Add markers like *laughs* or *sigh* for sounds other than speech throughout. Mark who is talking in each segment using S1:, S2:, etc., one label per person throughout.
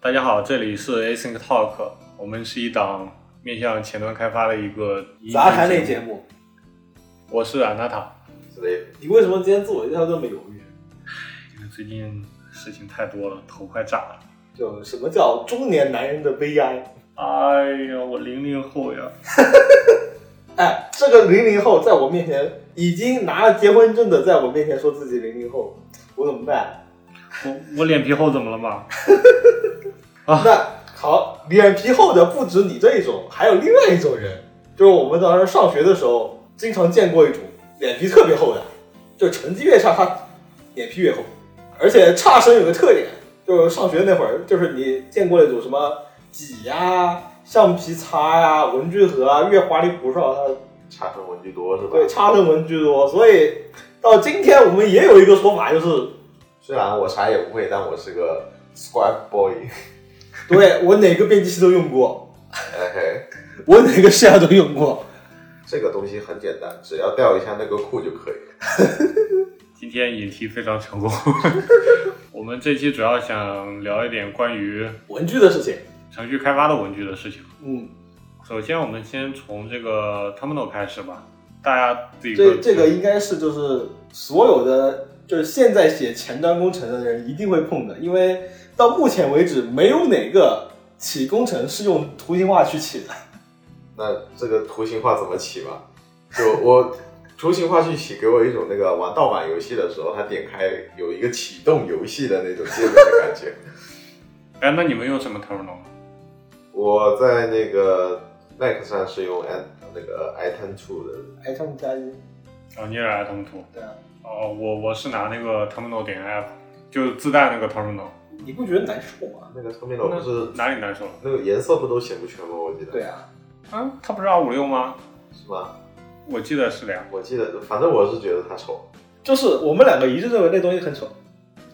S1: 大家好，这里是 Async Talk，我们是一档面向前端开发的一个
S2: 杂谈类节目。
S1: 我是安娜塔，
S3: 之类的。
S2: 你为什么今天自我介绍这么犹豫？
S1: 因为最近事情太多了，头快炸了。
S2: 就什么叫中年男人的悲哀？
S1: 哎呀，我零零后呀，
S2: 哎，这个零零后在我面前已经拿了结婚证的，在我面前说自己零零后，我怎么办？
S1: 我我脸皮厚怎么了嘛？啊
S2: 那好，脸皮厚的不止你这一种，还有另外一种人，就是我们当时上学的时候经常见过一种脸皮特别厚的，就成绩越差他脸皮越厚，而且差生有个特点，就是上学那会儿，就是你见过那种什么戟呀、橡皮擦呀、文具盒啊，越花里胡哨，他
S3: 差生文具多是吧？
S2: 对，差论文居多，所以到今天我们也有一个说法，就是
S3: 虽然我啥也不会，但我是个 squad boy。
S2: 对我哪个编辑器都用过，
S3: OK，
S2: 我哪个视角都用过。
S3: 这个东西很简单，只要调一下那个库就可以了。
S1: 今天引题非常成
S2: *laughs*
S1: 功。我们这期主要想聊一点关于
S2: 文具的事情，
S1: 程序开发的文具的事情。
S2: 嗯，
S1: 首先，我们先从这个 Terminal 开始吧。大家这
S2: 这这个应该是就是所有的就是现在写前端工程的人一定会碰的，因为到目前为止没有哪个起工程是用图形化去起的。
S3: 那这个图形化怎么起嘛？就我图形化去起，给我一种那个玩盗版游戏的时候，它点开有一个启动游戏的那种界面的感觉。 *laughs*
S1: 哎，那你们用什么 Terminal？
S3: 我在那个 Mac 上是用 i 那个 item two 的，
S2: 哎，他们加一，
S1: 啊，你也是 Atom Two？
S2: 对啊，
S1: 哦，我我是拿那个 Terminal 点 App，就是自带那个 Terminal，
S2: 你不觉得难受吗？
S3: 那个 terminal 不是
S1: 哪里难受了？
S3: 那个颜色不都显不全吗？我记得，
S2: 对啊，
S1: 啊，它不是二五六吗？
S3: 是吗？
S1: 我记得是的呀。
S3: 我记得，反正我是觉得它丑。
S2: 就是我们两个一致认为那东西很丑。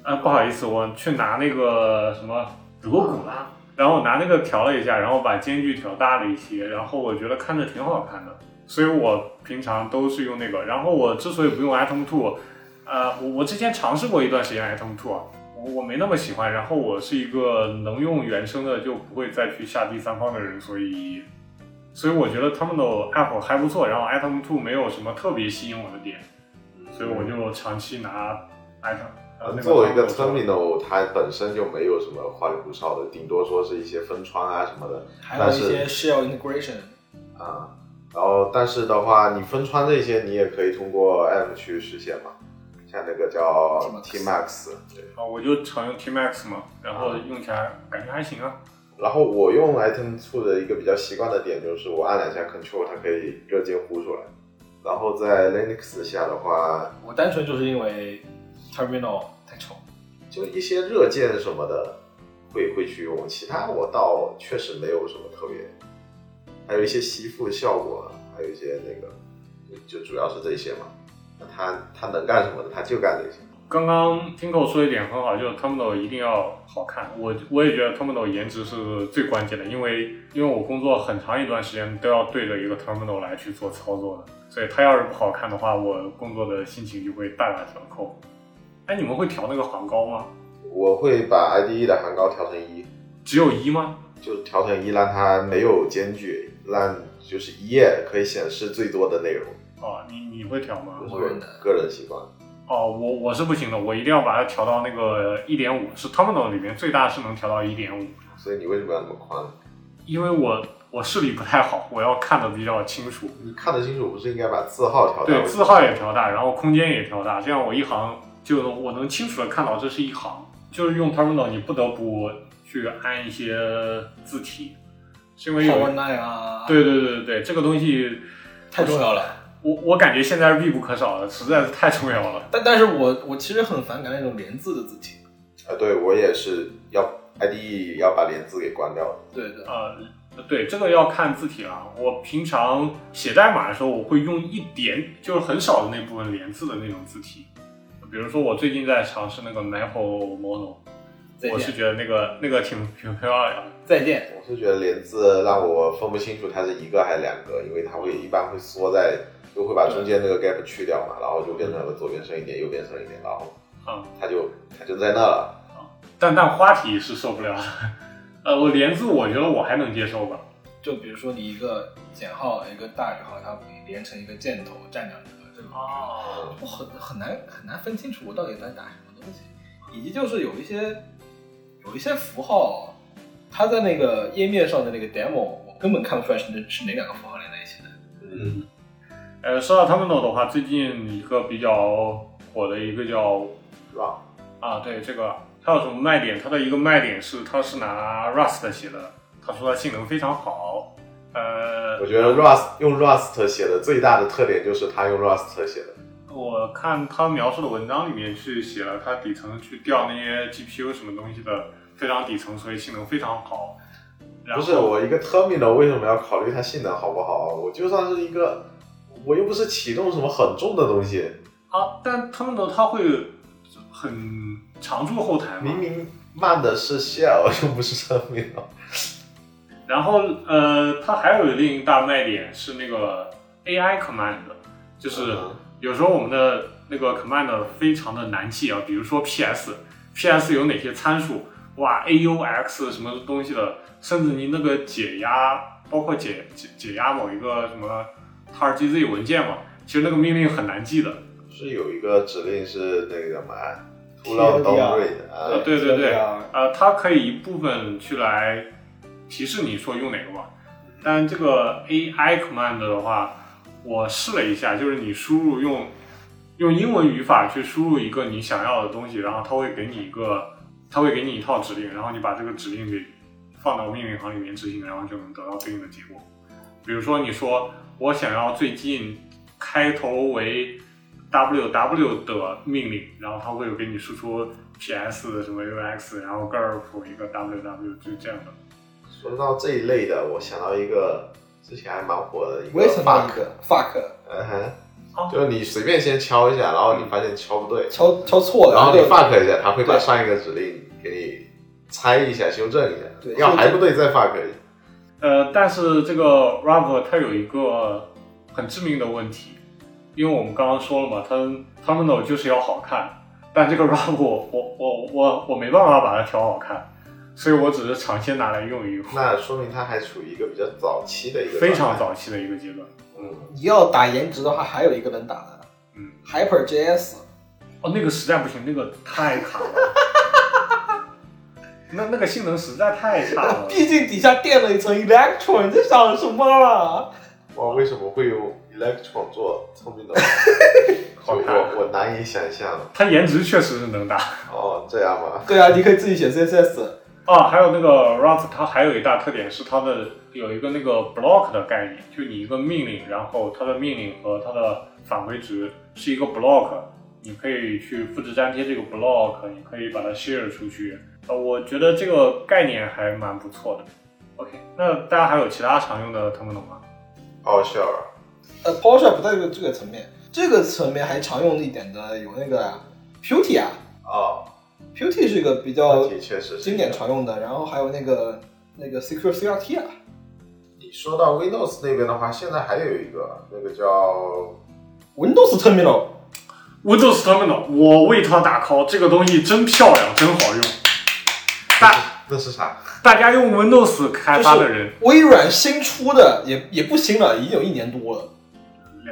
S1: 啊，不好意思，我去拿那个什么德古拉，然后拿那个调了一下，然后把间距调大了一些，然后我觉得看着挺好看的，所以我平常都是用那个。然后我之所以不用 Atom Two，呃，我我之前尝试过一段时间 Atom Two 啊。我我没那么喜欢，然后我是一个能用原生的就不会再去下第三方的人，所以，所以我觉得 Terminal App 还不错，然后 Atom Two 没有什么特别吸引我的点，所以我就长期拿 Atom 呃。那个
S3: 作为一个
S1: Terminal 做
S3: terminal，它本身就没有什么花里胡哨的，顶多说是一些分窗啊什么的
S2: 还有一些 shell integration，
S3: 啊。然后，但是的话，你分窗这些你也可以通过 M 去实现嘛，像那个叫 T Max。对。
S1: 啊，我就常用 T Max 嘛，然后用起来感觉还行啊。
S3: 然后我用 Item Two 的一个比较习惯的点就是，我按两下 Control，它可以热键呼出来。然后在 Linux 下的话，
S2: 我单纯就是因为 terminal 太丑。
S3: 就一些热键什么的会会去用，其他我倒确实没有什么特别，还有一些吸附效果，还有一些那个，就就主要是这些嘛。那它它能干什么的，它就干这些。
S1: 刚刚 Tinko 说一点很好，就是 Terminal 一定要好看。我我也觉得 Terminal 颜值是最关键的，因为因为我工作很长一段时间都要对着一个 Terminal 来去做操作的，所以它要是不好看的话，我工作的心情就会大打折扣。哎，你们会调那个行高吗？
S3: 我会把 IDE 的行高调成一，
S1: 只有一吗？
S3: 就调成一，让它没有间距，让就是一页可以显示最多的内容，
S1: 啊，你你会调吗？
S3: 这
S2: 我
S3: 是我
S2: 认得
S3: 个人习惯。
S1: 哦，我我是不行的，我一定要把它调到那个一点五，是 Terminal 里面最大是能调到一点五。
S3: 所以你为什么要那么宽？
S1: 因为我我视力不太好，我要看的比较清楚。
S3: 你看得清楚，不是应该把字号调大？
S1: 对，字号也调大，然后空间也调大，这样我一行就能我能清楚的看到这是一行。就是用 Terminal，你不得不去按一些字体，是因为有
S2: nine 啊，
S1: 对对对对对，这个东西
S2: 太重要了。
S1: 我我感觉现在是必不可少的，实在是太重要了。
S2: 但但是我我其实很反感那种连字的字体。
S3: 啊，对我也是要 IDE 要把连字给关掉。
S2: 对的，
S1: 呃，对，这个要看字体了。我平常写代码的时候，我会用一点，就是很少的那部分连字的那种字体。比如说，我最近在尝试那个 Maple Mono，
S2: 再
S1: 我是
S2: 见，
S1: 觉得那个那个挺挺漂亮的。
S2: 再见。
S3: 我是觉得连字让我分不清楚它是一个还是两个，因为它会一般会缩在，就会把中间那个 gap 去掉嘛，然后就变成了左边剩一点，右边剩一点，然后
S1: 嗯
S3: 它就它就在那了。
S1: 但但花体是受不了的， *laughs* 呃，我连字我觉得我还能接受吧。
S2: 就比如说你一个减号一个大于号，它连成一个箭头占两个这种，
S3: 嗯
S1: 哦，
S2: 我很很难很难分清楚我到底在打什么东西，以及就是有一些有一些符号，它在那个页面上的那个 demo，我根本看不出来是哪是哪两个符号连在一起的。
S1: 嗯，呃，说到 terminal 的话，最近一个比较火的一个叫
S3: 是吧？
S1: 啊，对这个它有什么卖点？它的一个卖点是它是拿 Rust 写的，他说它性能非常好。呃
S3: 我，觉得 Rust 用 Rust 写的最大的特点就是他用 Rust 写的，
S1: 我看他描述的文章里面去写了，它底层去调那些 GPU 什么东西的非常底层，所以性能非常好。然
S3: 不
S1: 后
S3: 是我一个 terminal 为什么要考虑它性能好不好？啊我就算是一个，我又不是启动什么很重的东西，
S1: 啊，但 terminal 它会很常驻后台嘛
S3: 明，明慢的是 shell 又不是 terminal。
S1: 然后呃，它还有另一大卖点是那个 AI command，就是啊
S3: 嗯
S1: 有时候我们的那个 command 非常的难记啊，比如说 PS，PS 有哪些参数，哇，AUX 什么东西的，甚至你那个解压，包括解解解压某一个什么 targz 文件嘛，其实那个命令很难记的。
S3: 是有一个指令是那个什么啊，突浪刀锐
S1: 呃，
S3: 啊，
S1: 对对对，
S4: 啊，
S1: 呃，它可以一部分去来提示你说用哪个嘛。但这个 AI command 的话，我试了一下，就是你输入用用英文语法去输入一个你想要的东西，然后它会给你一个，它会给你一套指令，然后你把这个指令给放到命令行里面执行，然后就能得到对应的结果。比如说，你说我想要最近开头为 ww 的命令，然后它会给你输出 ps 什么 ux，然后盖尔普一个 ww，就这样的。
S3: 说到这一类的，我想到一个之前还蛮火的一
S2: 我也想到一
S1: 啊
S3: bug，
S2: 个 fuck
S3: 嗯
S1: 哦
S3: 哼，就是你随便先敲一下，然后你发现敲不对，
S2: 敲敲错了，
S3: 然后你
S2: 对
S3: fuck 一下，它会把上一个指令给你猜一下、修正一
S2: 对
S3: 下，要还不对再 fuck 一下。
S1: 呃，但是这个 Rubber 它有一个很致命的问题，因为我们刚刚说了嘛，它 Terminal 就是要好看，但这个 *laughs* Rubber 我我我我我没办法把它调好看，所以我只是尝鲜拿来用一用，
S3: 那说明它还处于一个比较早期的一个
S1: 非常
S3: 状态。
S1: 早期的一个阶段。
S2: 你要打颜值的话，还有一个能打的，
S1: 嗯
S2: ，Hyper JS，
S1: 哦，那个实在不行，那个太卡了， *laughs* 那那个性能实在太差
S2: *laughs*
S1: 了。
S4: 毕竟底下垫了一层 Electron，你在想什么啊？
S3: 哇，为什么会用 Electron 做聪 *laughs* 明的？就
S1: 好看
S3: 我我难以想象。
S1: 它颜值确实是能打
S3: 哦，这样吗？
S4: 对啊，你可以自己写 CSS。
S1: 啊，还有那个 Rust，它还有一大特点是它的有一个那个 block 的概念，就你一个命令，然后它的命令和它的返回值是一个 block，你可以去复制粘贴这个 block，你可以把它 share 出去。呃，我觉得这个概念还蛮不错的。OK，那大家还有其他常用的 terminal 吗？
S3: 哦，sure。
S2: 呃，PowerShell 不在这个这个层面，这个层面还常用一点的有那个 Putty 啊
S3: 哦，
S2: ，Putty 是一个比较
S3: 问题哦确实是
S2: 经典常用的，然后还有那个那个 Secure CRT 啊，
S3: 你说到 Windows 那边的话，现在还有一个，那个叫
S2: Windows Terminal
S1: Windows Terminal，我为它打 call，这个东西真漂亮，真好用。大
S3: 那是啥？
S1: 大家用 Windows 开发的人，
S2: 微软新出的也也不新了，已经有一年多了。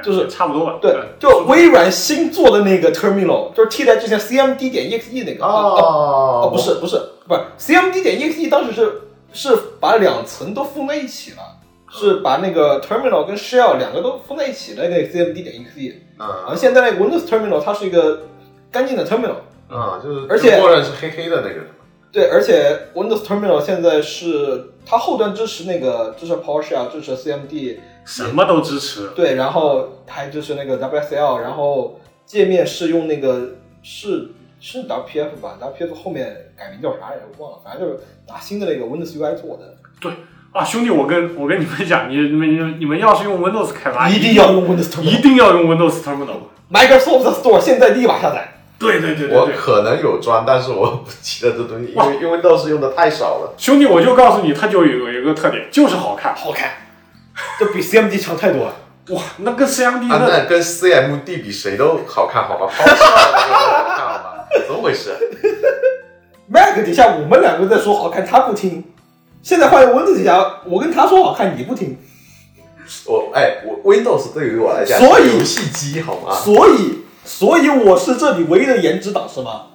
S2: 就是
S1: 差不多吧。
S2: 对，就微软新做的那个 Terminal，就是替代之前 CMD 点 EXE 那个。哦
S3: 哦
S2: 哦，不，是不是不是 CMD 点 EXE 当时是是把两层都封在一起了，是把那个 Terminal 跟 Shell 两个都封在一起的那个 CMD 点 E EXE。而
S3: 嗯
S2: 现在那个 Windows Terminal 它是一个干净的 Terminal，
S3: 嗯，就是
S2: 而且
S3: 就默认是黑黑的那个，
S2: 对，而且 Windows Terminal 现在是它后端支持那个支持 PowerShell，支持 CMD，
S1: 什么都支持。
S2: 对，然后还支持那个 WSL，然后界面是用那个是是 WPF 吧，WPF 后面改名叫啥来着我忘了，反正就是拿新的那个 Windows UI 做的，
S1: 啊，兄弟，我跟我跟你们讲，你们你们你们要是用 Windows 开发，
S2: 啊一定要用 Windows
S1: 一
S2: Terminal。
S1: 定要用 Windows Terminal。
S2: Microsoft Store 现在立马下载，
S1: 对对对对
S3: 我
S1: 对，
S3: 可能有装，但是我不记得这东西，因
S1: 哇
S3: 为因为 Windows 用的太少了。
S1: 兄弟，我就告诉你，它就有有一个特点，就是好看。
S2: 好看，这比 CMD 强太多了。
S1: 哇，那跟 CMD
S3: 啊，
S1: 那
S3: 那跟 CMD 比谁都好看，好吧？好笑好看，好吧？怎么回事？
S2: Mac 底下我们两个在说好看，他不听，现在换成 Windows 侠，我跟他说好看，你不听，
S3: 我哎，我 Windows 对于我来讲，
S2: 所以
S3: 游戏机好吗？
S2: 所以，所以我是这里唯一的颜值党是吗？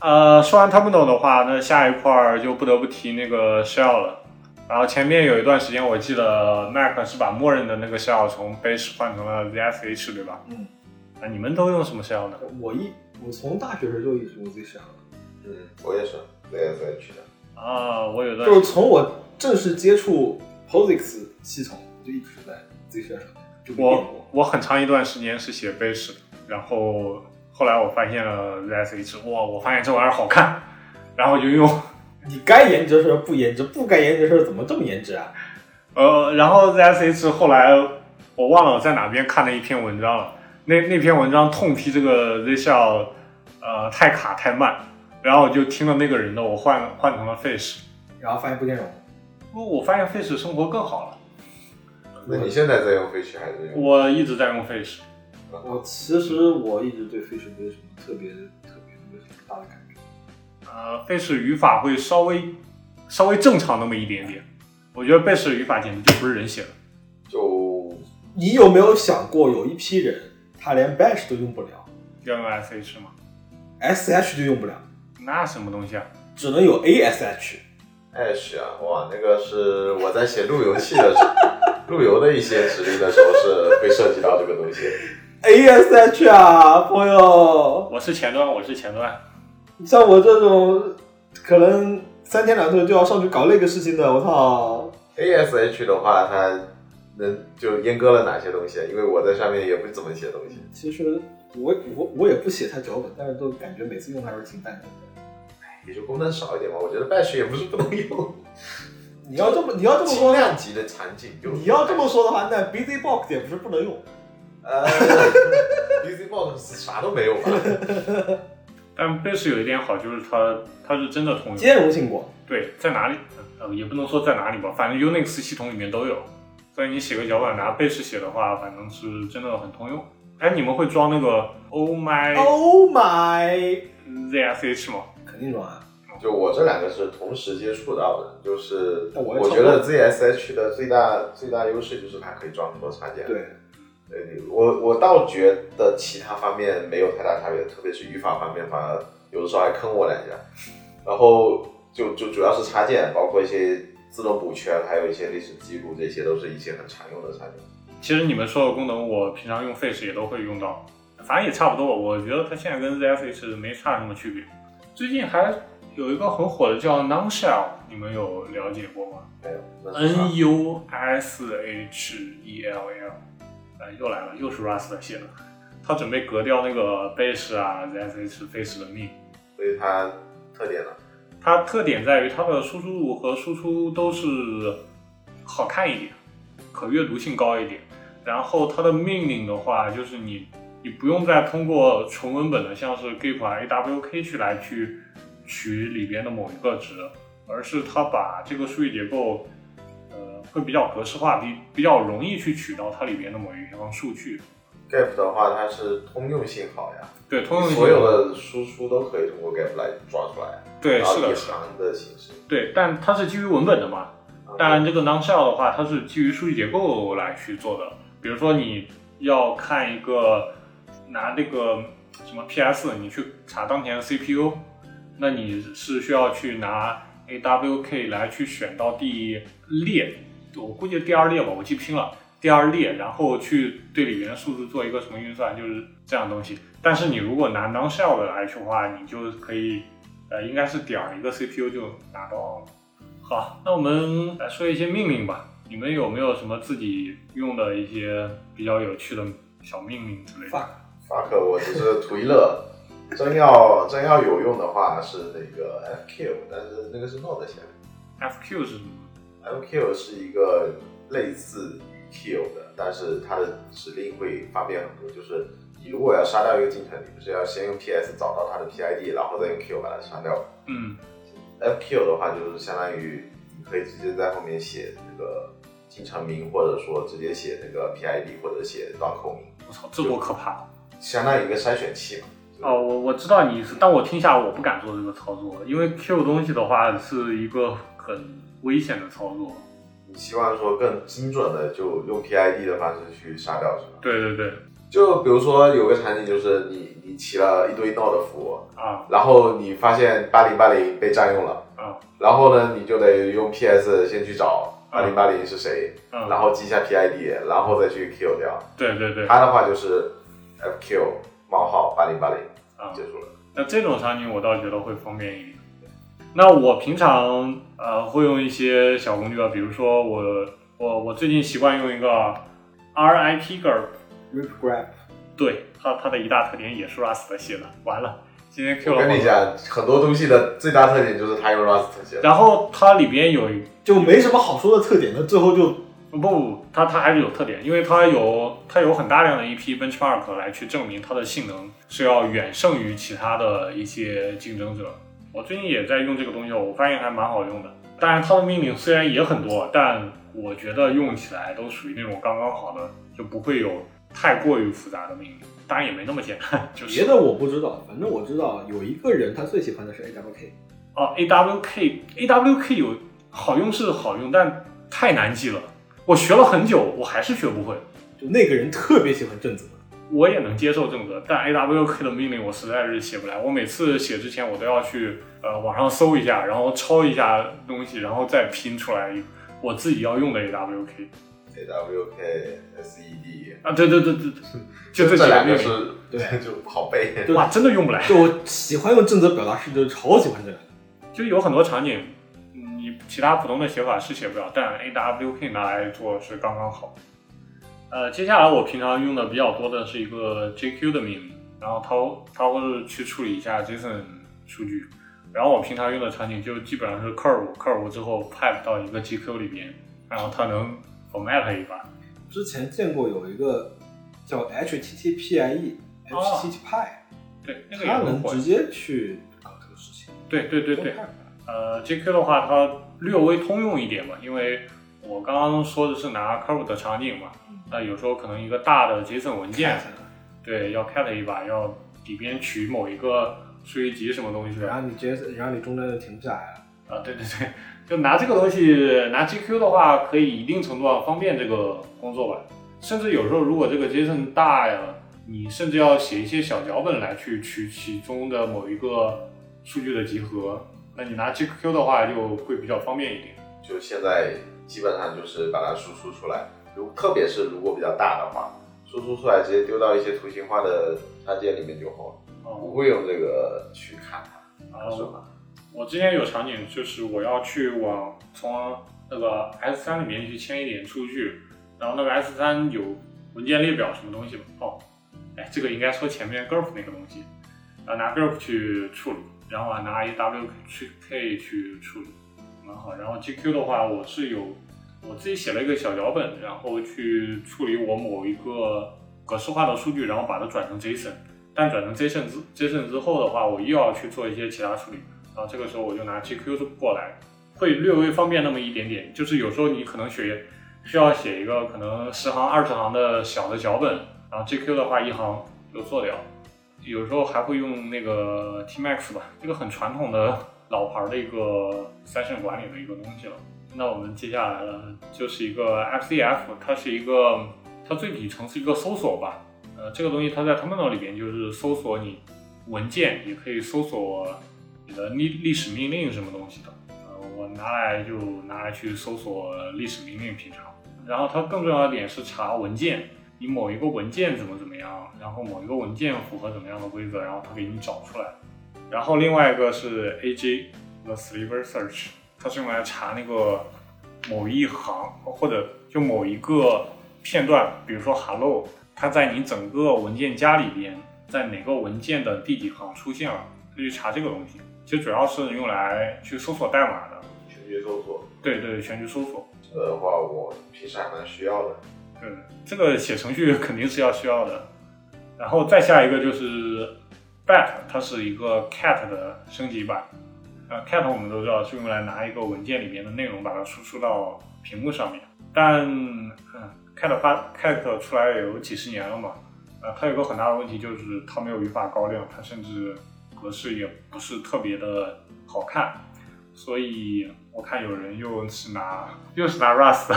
S1: 呃，说完 t u b n o 的话，那下一块儿就不得不提那个 Shell 了。然后前面有一段时间，我记得 Mac 是把默认的那个 Shell 从 Bash 换成了 ZSH，对吧？
S5: 嗯。
S1: 啊，你们都用什么 Shell 呢？
S2: 我一我从大学时候就一直用 Z 十
S3: 嗯，我也是 ZSH 的。
S1: 啊，我有段
S2: 就是从我正式接触 POSIX 系统就一直是在 Z 十上面，就没变
S1: 我
S2: 过。
S1: 我很长一段时间是写 Bash，的然后后来我发现了 ZSH，哇，我发现这玩意儿好看，然后就用。
S2: 你该颜值的时候不颜值，不该颜值的时候怎么这么颜值啊？
S1: 呃，然后 ZSH 后来我忘了我在哪边看了一篇文章了，那那篇文章痛批这个 Z Shell 呃太卡太慢，然后我就听了那个人的，我换换成了 Fish，
S2: 然后发现不兼容，
S1: 不过我发现 Fish 生活更好了，
S3: 那你现在在用飞去还是用？
S1: 我一直在用 Fish，
S2: 哦
S5: 我其实我一直对飞驰没有什么特别特别特别大的感觉。
S1: 呃，Fish 语法会稍微稍微正常那么一点点，我觉得 Bash 语法简直就不是人写的，
S3: 就
S2: 你有没有想过有一批人他连 Bash 都用不了
S1: 要用 SH 吗？
S2: ，SH 就用不了，
S1: 那什么东西啊？
S2: 只能有 ASH。
S3: Ash 啊，哇，那个是我在写路由器的
S2: *laughs*
S3: 时候，路由的一些指令的时候是会涉及到这个东西。
S2: ASH 啊，朋友，
S1: 我是前端，我是前端，
S2: 你像我这种可能三天两头就要上去搞那个事情的，我操！
S3: ASH 的话，它能就阉割了哪些东西？因为我在上面也不怎么写东西。
S2: 其实我我我也不写它脚本，但是都感觉每次用它时候挺蛋疼的。
S3: 也就功能少一点嘛。我觉得 Bash 也不是不能用，
S2: *laughs* 你要这么你要这么
S3: 轻
S2: 说，
S3: 量级的场景就
S2: 你要这么说的话，那 Busy Box 也不是不能用。
S3: 呃 *laughs* ，Easy Box 啥都没有吧？
S1: 但 Bash 有一点好就是它它是真的通用。
S2: 兼容性过，
S1: 对，在哪里？呃，也不能说在哪里吧，反正 Unix 系统里面都有。所以你写个脚本拿 Bash 写的话，反正是真的很通用。哎，你们会装那个 Oh my
S2: Oh my！
S1: ZSH 吗？
S5: 肯定装啊！
S3: 就我这两个是同时接触到的，就是
S2: 那我也
S3: 我
S2: 差
S3: 觉
S2: 不多
S3: 得 ZSH 的最大最大优势就是它可以装很多插件。
S5: 对，
S3: 对，我我倒觉得其他方面没有太大差别，特别是语法方面，反而有的时候还坑我两下。然后就就主要是插件，包括一些自动补全，还有一些历史记录，这些都是一些很常用的插件。
S1: 其实你们说的功能，我平常用 Fish 也都会用到，反正也差不多。我觉得它现在跟 ZSH 没差什么区别。最近还有一个很火的叫 Non Shell，你们有了解过吗
S3: 还有哎那是啥
S1: ？N U S H E L L，呃，又来了，又是 Rust 写的。他准备革掉那个 Bash 啊、ZSH、Fish 的命。
S3: 所以它特点呢？
S1: 它特点在于它的输出入和输出都是好看一点，可阅读性高一点。然后它的命令的话，就是你你不用再通过纯文本的，像是 gif 啊、awk 去来去取里边的某一个值，而是它把这个数据结构，呃，会比较格式化，比比较容易去取到它里边的某一项数据。
S3: Gap 的话，它是通用性好呀，
S1: 对，通用性
S3: 所有的输出都可以通过 Gap 来抓出来，啊
S1: 对
S3: 然
S1: 是
S3: 后
S1: 的
S3: 一，行的形式。
S1: 对，但它是基于文本的嘛，当然，这个 non shell 的话，它是基于数据结构来去做的。比如说，你要看一个拿那个什么 PS，你去查当前的 CPU，那你是需要去拿 AWK 来去选到第列，我估计第二列吧，我记不清了，第二列，然后去对里面的数字做一个什么运算，就是这样的东西。但是你如果拿 non shell 的来去的话，你就可以，呃，应该是点儿一个 CPU 就拿到了。好，那我们来说一些命令吧。你们有没有什么自己用的一些比较有趣的小命令之类的？
S2: fuck，
S3: fuck，我只是图一乐。真要真要有用的话是那个 FQ，但是那个是 Node 写的。
S1: FQ 是什么？
S3: FQ 是一个类似 kill 的，但是它的指令会方便很多。就是你如果要杀掉一个进程，你不是要先用 PS 找到它的 PID，然后再用 Q 把它杀掉。
S1: 嗯，
S3: FQ 的话就是相当于你可以直接在后面写那个进程名，或者说直接写那个 PID，或者写端口名。
S1: 我操，这多可怕！
S3: 相当于一个筛选器嘛，
S1: 哦，我我知道你意思，但我听下来我不敢做这个操作，因为 Q 东西的话是一个很危险的操作。
S3: 你希望说更精准的就用 PID 的方式去杀掉是吧？
S1: 对对对，
S3: 就比如说有个场景就是你你起了一堆 node 的服，
S1: 啊
S3: 然后你发现八零八零被占用了，
S1: 啊
S3: 然后呢你就得用 PS 先去找八
S1: 嗯
S3: 零八零是谁，
S1: 嗯，
S3: 然后记一下 PID，然后再去 kill 掉。
S1: 对对对，
S3: 他的话就是 FQ 冒号八零八零
S1: 啊，
S3: 结束了。
S1: 那这种场景我倒觉得会方便一点。那我平常呃会用一些小工具啊，比如说我我我最近习惯用一个 RIP g u r
S2: rip grab，
S1: 对它它的一大特点也是 Rust 写的。完了，今天 Q
S3: 我
S1: 了
S3: 跟你
S1: 我。
S3: 讲，很多东西的最大特点就是它用 Rust 写的。
S1: 然后它里边有一
S2: 就没什么好说的特点，那最后就
S1: 不不，它它还是有特点，因为它有它有很大量的一批 benchmark 来去证明它的性能是要远胜于其他的一些竞争者。我最近也在用这个东西，我发现还蛮好用的。当然，它的命令虽然也很多，但我觉得用起来都属于那种刚刚好的，就不会有太过于复杂的命令。当然也没那么简单，就
S6: 别
S1: 是
S6: 的我不知道，反正我知道有一个人他最喜欢的是 AWK，
S1: 哦，AWK AWK 有好用是好用，但太难记了。我学了很久，我还是学不会。
S6: 就那个人特别喜欢正则，
S1: 我也能接受正则，但 AWK 的命令我实在是写不来。我每次写之前，我都要去呃网上搜一下，然后抄一下东西，然后再拼出来我自己要用的 AWK
S3: AWK SED，
S1: 啊，对对对对，对就这几
S3: E 这
S1: 个
S3: 两
S1: 命
S3: 个
S1: 令，
S3: 是
S6: 对
S3: *laughs* 就不好背。
S6: 就
S1: 哇，真的用不来。
S6: 就我喜欢用正则表达式，就是超喜欢这个。
S1: 就有很多场景，嗯你其他普通的写法是写不了，但 AWK 拿来做是刚刚好。呃，接下来我平常用的比较多的是一个 JQ 的命令，然后它它会去处理一下 JSON 数据。然后我平常用的场景就基本上是 curve curve 之后 pipe 到一个 GQ 里边，然后它能 format 一把。
S6: 之前见过有一个叫 HTTPIE、
S1: 哦
S6: HTTPI，
S1: 对，那个也
S6: E，他
S1: 很
S6: 能
S1: 火
S6: 直。接去搞这个事情。
S1: 对对对对
S6: 不用。看
S1: 呃，JQ 的话，它略微通用一点嘛，因为我刚刚说的是拿 Curve 的场景嘛，那有时候可能一个大的 JSON 文件，对，要 cat 一把，要里边取某一个数据集什么东西的，
S6: 然
S1: 啊、
S6: 后你直接，然后你中间就停不下来了。
S1: 对对对，就拿这个东西，拿 JQ 的话，可以一定程度上方便这个工作吧，甚至有时候如果这个 JSON 大呀，你甚至要写一些小脚本来去取其中的某一个数据的集合，那你拿 JQ 的话就会比较方便一点。
S3: 就现在基本上就是把它输出出来，如特别是如果比较大的话，输出出来直接丢到一些图形化的插件里面就好了，不
S1: 哦，
S3: 会用这个去看它，是
S1: 啊，
S3: 吧？
S1: 我之前有场景就是我要去往从那个 S 三里面去迁一点数据，然后那个 S 三有文件列表什么东西嘛？哦，哎，这个应该说前面 GURP 那个东西，然后拿 GURP 去处理，然后拿 AWK 去处理，蛮好。然后 GQ 的话，我是有我自己写了一个小脚本，然后去处理我某一个格式化的数据，然后把它转成 JSON。但转成 JSON 之 JSON 之后的话，我又要去做一些其他处理，然后这个时候我就拿 GQ 过来，会略微方便那么一点点。就是有时候你可能写需要写一个可能十行二十行的小的脚本，然后 GQ 的话一行就做掉。有时候还会用那个 Tmax 吧，这个很传统的老牌儿的一个 session 管理的一个东西了。那我们接下来了，就是一个 FCF，它是一个它最底层是一个搜索吧，呃，这个东西它在 terminal 里边就是搜索你文件，也可以搜索你的历历史命令什么东西的。呃，我拿来就拿来去搜索历史命令平常。然后它更重要的点是查文件，你某一个文件怎么怎么样，然后某一个文件符合怎么样的规则，然后它给你找出来。然后另外一个是 AJ The Sliver Search，它是用来查那个某一行或者就某一个片段，比如说 Hello，它在你整个文件夹里边，在哪个文件的第几行出现了，它去查这个东西。其实主要是用来去搜索代码的，
S3: 全局搜索
S1: 对对，全局搜索。
S3: 这个的呃话，我平时还蛮需要的。
S1: 对，嗯这个写程序肯定是要需要的。然后再下一个就是 bat，它是一个 cat 的升级版。呃，cat 我们都知道是用来拿一个文件里面的内容把它输出到屏幕上面，但嗯、cat 发 cat 出来也有几十年了嘛，呃，它有个很大的问题就是它没有语法高亮，它甚至格式也不是特别的好看，所以我看有人又是拿又是拿 Rust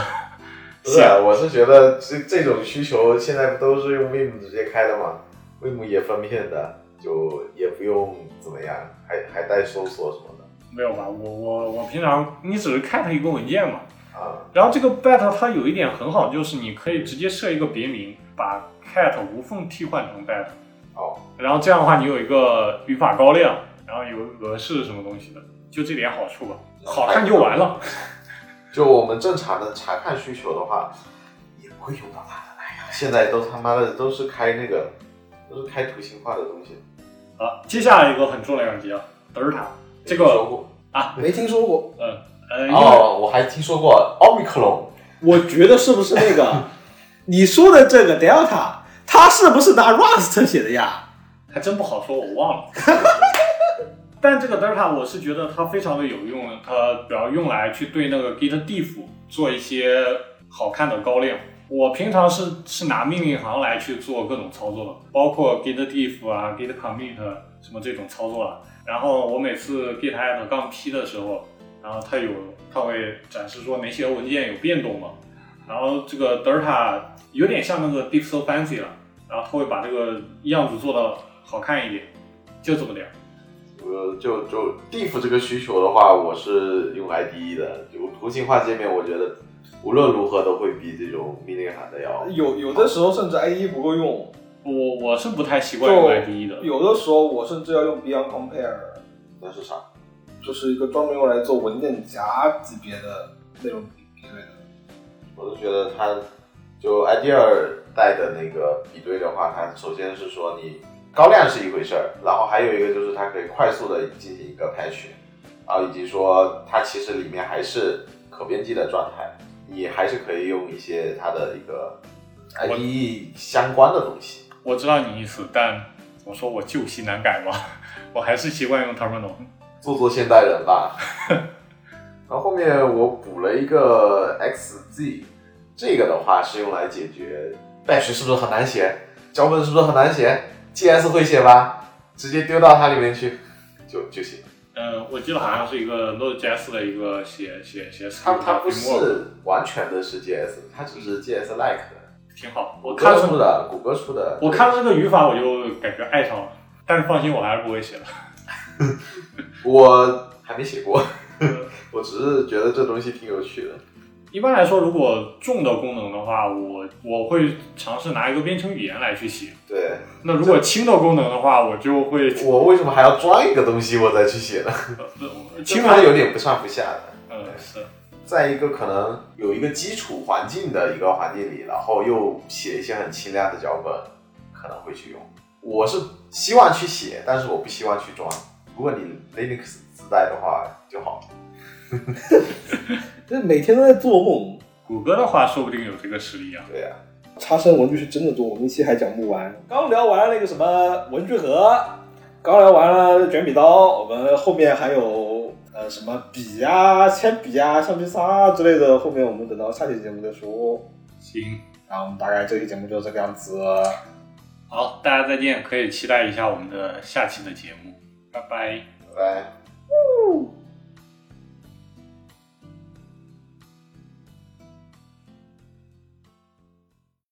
S3: 不是啊，我是觉得这这种需求现在不都是用 Vim 直接开的吗？Vim 也分片的，就也不用怎么样，还还带搜索什么的
S1: 没有吧？我我我平常你只是 cat 一个文件嘛，
S3: 啊。
S1: 然后这个 bat 它有一点很好，就是你可以直接设一个别名，把 cat 无缝替换成 bat，
S3: 哦，
S1: 然后这样的话你有一个语法高亮，然后有格式什么东西的，就这点好处吧，好看就完了。
S3: 就我们正常的查看需求的话，也不会用到它的。哎呀，现在都他妈的都是开那个，都是开图形化的东西。
S1: 好，接下来一个很重要的节啊，德尔塔，这
S3: 没听说
S1: 个
S3: 过
S1: 啊
S6: 没听说过，
S1: 呃呃，因为
S3: 哦，我还听说过哦 Omicron。
S2: 我觉得是不是那 *laughs* 个你说的这个 Delta，它是不是拿 Rust 写的呀？
S1: 还真不好说，我忘了。但这个 Delta 我是觉得它非常的有用，它主要用来去对那个 Git diff 做一些好看的高亮。我平常是是拿命令行来去做各种操作的，包括 Git diff 啊、Git commit 什么这种操作啊。然后我每次 Git add 杠 P 的时候，然后它有它会展示说哪些文件有变动嘛。然后这个 Delta 有点像那个 Deep So Fancy 了，然后他会把这个样子做的好看一点，就这么点儿。
S3: 呃，就就 diff 这个需求的话，我是用 IDE 的，就图形化界面，我觉得无论如何都会比这种命令函的要
S2: 有有的时候甚至 IDE 不够用，
S1: 我我是不太习惯用
S2: 就
S1: IDE 的，
S2: 有的时候我甚至要用 Beyond Compare，
S3: 那是啥？
S2: 就是一个专门用来做文件夹级别的内容比对的。
S3: 我都觉得它就 ID 二带的那个比对的话，它首先是说你高亮是一回事儿，然后还有一个就是它可以快速的进行一个 patch，然后以及说它其实里面还是可编辑的状态，你还是可以用一些它的一个 IDE 相关的东西。
S1: 我知道你意思，但我说我旧习难改嘛， *laughs* 我还是习惯用 Terminal。
S3: 做做现代人
S1: *laughs*
S3: 吧。然后后面我补了一个 XZ，这个的话是用来解决 Bash 是不是很难写，脚本是不是很难写，GS 会写吧，直接丢到它里面去就就行。
S1: 嗯，我记得好像是一个 Node.js 的一个写写写 script
S3: 它
S1: 的
S3: 它不
S1: framework，
S3: 是完全的是 GS，它只是 GS like。
S1: 挺好。我
S3: 谷
S1: 看
S3: 歌
S1: 了
S3: 出的，谷歌出的，
S1: 我看了这个语法，我就感觉爱上了。但是放心，我还是不会写的。
S3: 我还没写过， *laughs* 我只是觉得这东西挺有趣的。
S1: 一般来说，如果重的功能的话，我我会尝试拿一个编程语言来去写。
S3: 对
S1: 那如果轻的功能的话，我就会
S3: 我为什么还要装一个东西我再去写
S1: *laughs*
S3: 呢？
S1: 呃轻
S3: 它
S1: 的，
S3: 有点不上不下的。
S1: 嗯，是
S3: 在一个可能有一个基础环境的一个环境里，然后又写一些很轻量的脚本，可能会去用。我是希望去写，但是我不希望去装。如果你 Linux 自带的话就好。
S6: 这每天都在做梦。
S1: 谷歌的话，说不定有这个实力啊。
S3: 对呀、
S6: 差生文具是真的多，我们一期还讲不完。
S2: 刚聊完那个什么文具盒，刚聊完了卷笔刀，我们后面还有呃什么笔啊、铅笔啊、橡皮擦啊之类的，后面我们等到下期节目再说。
S1: 行，
S2: 然后我们大概这期节目就这个样子，
S1: 好，大家再见，可以期待一下我们的下期的节目，拜拜。
S3: 拜拜。
S2: 拜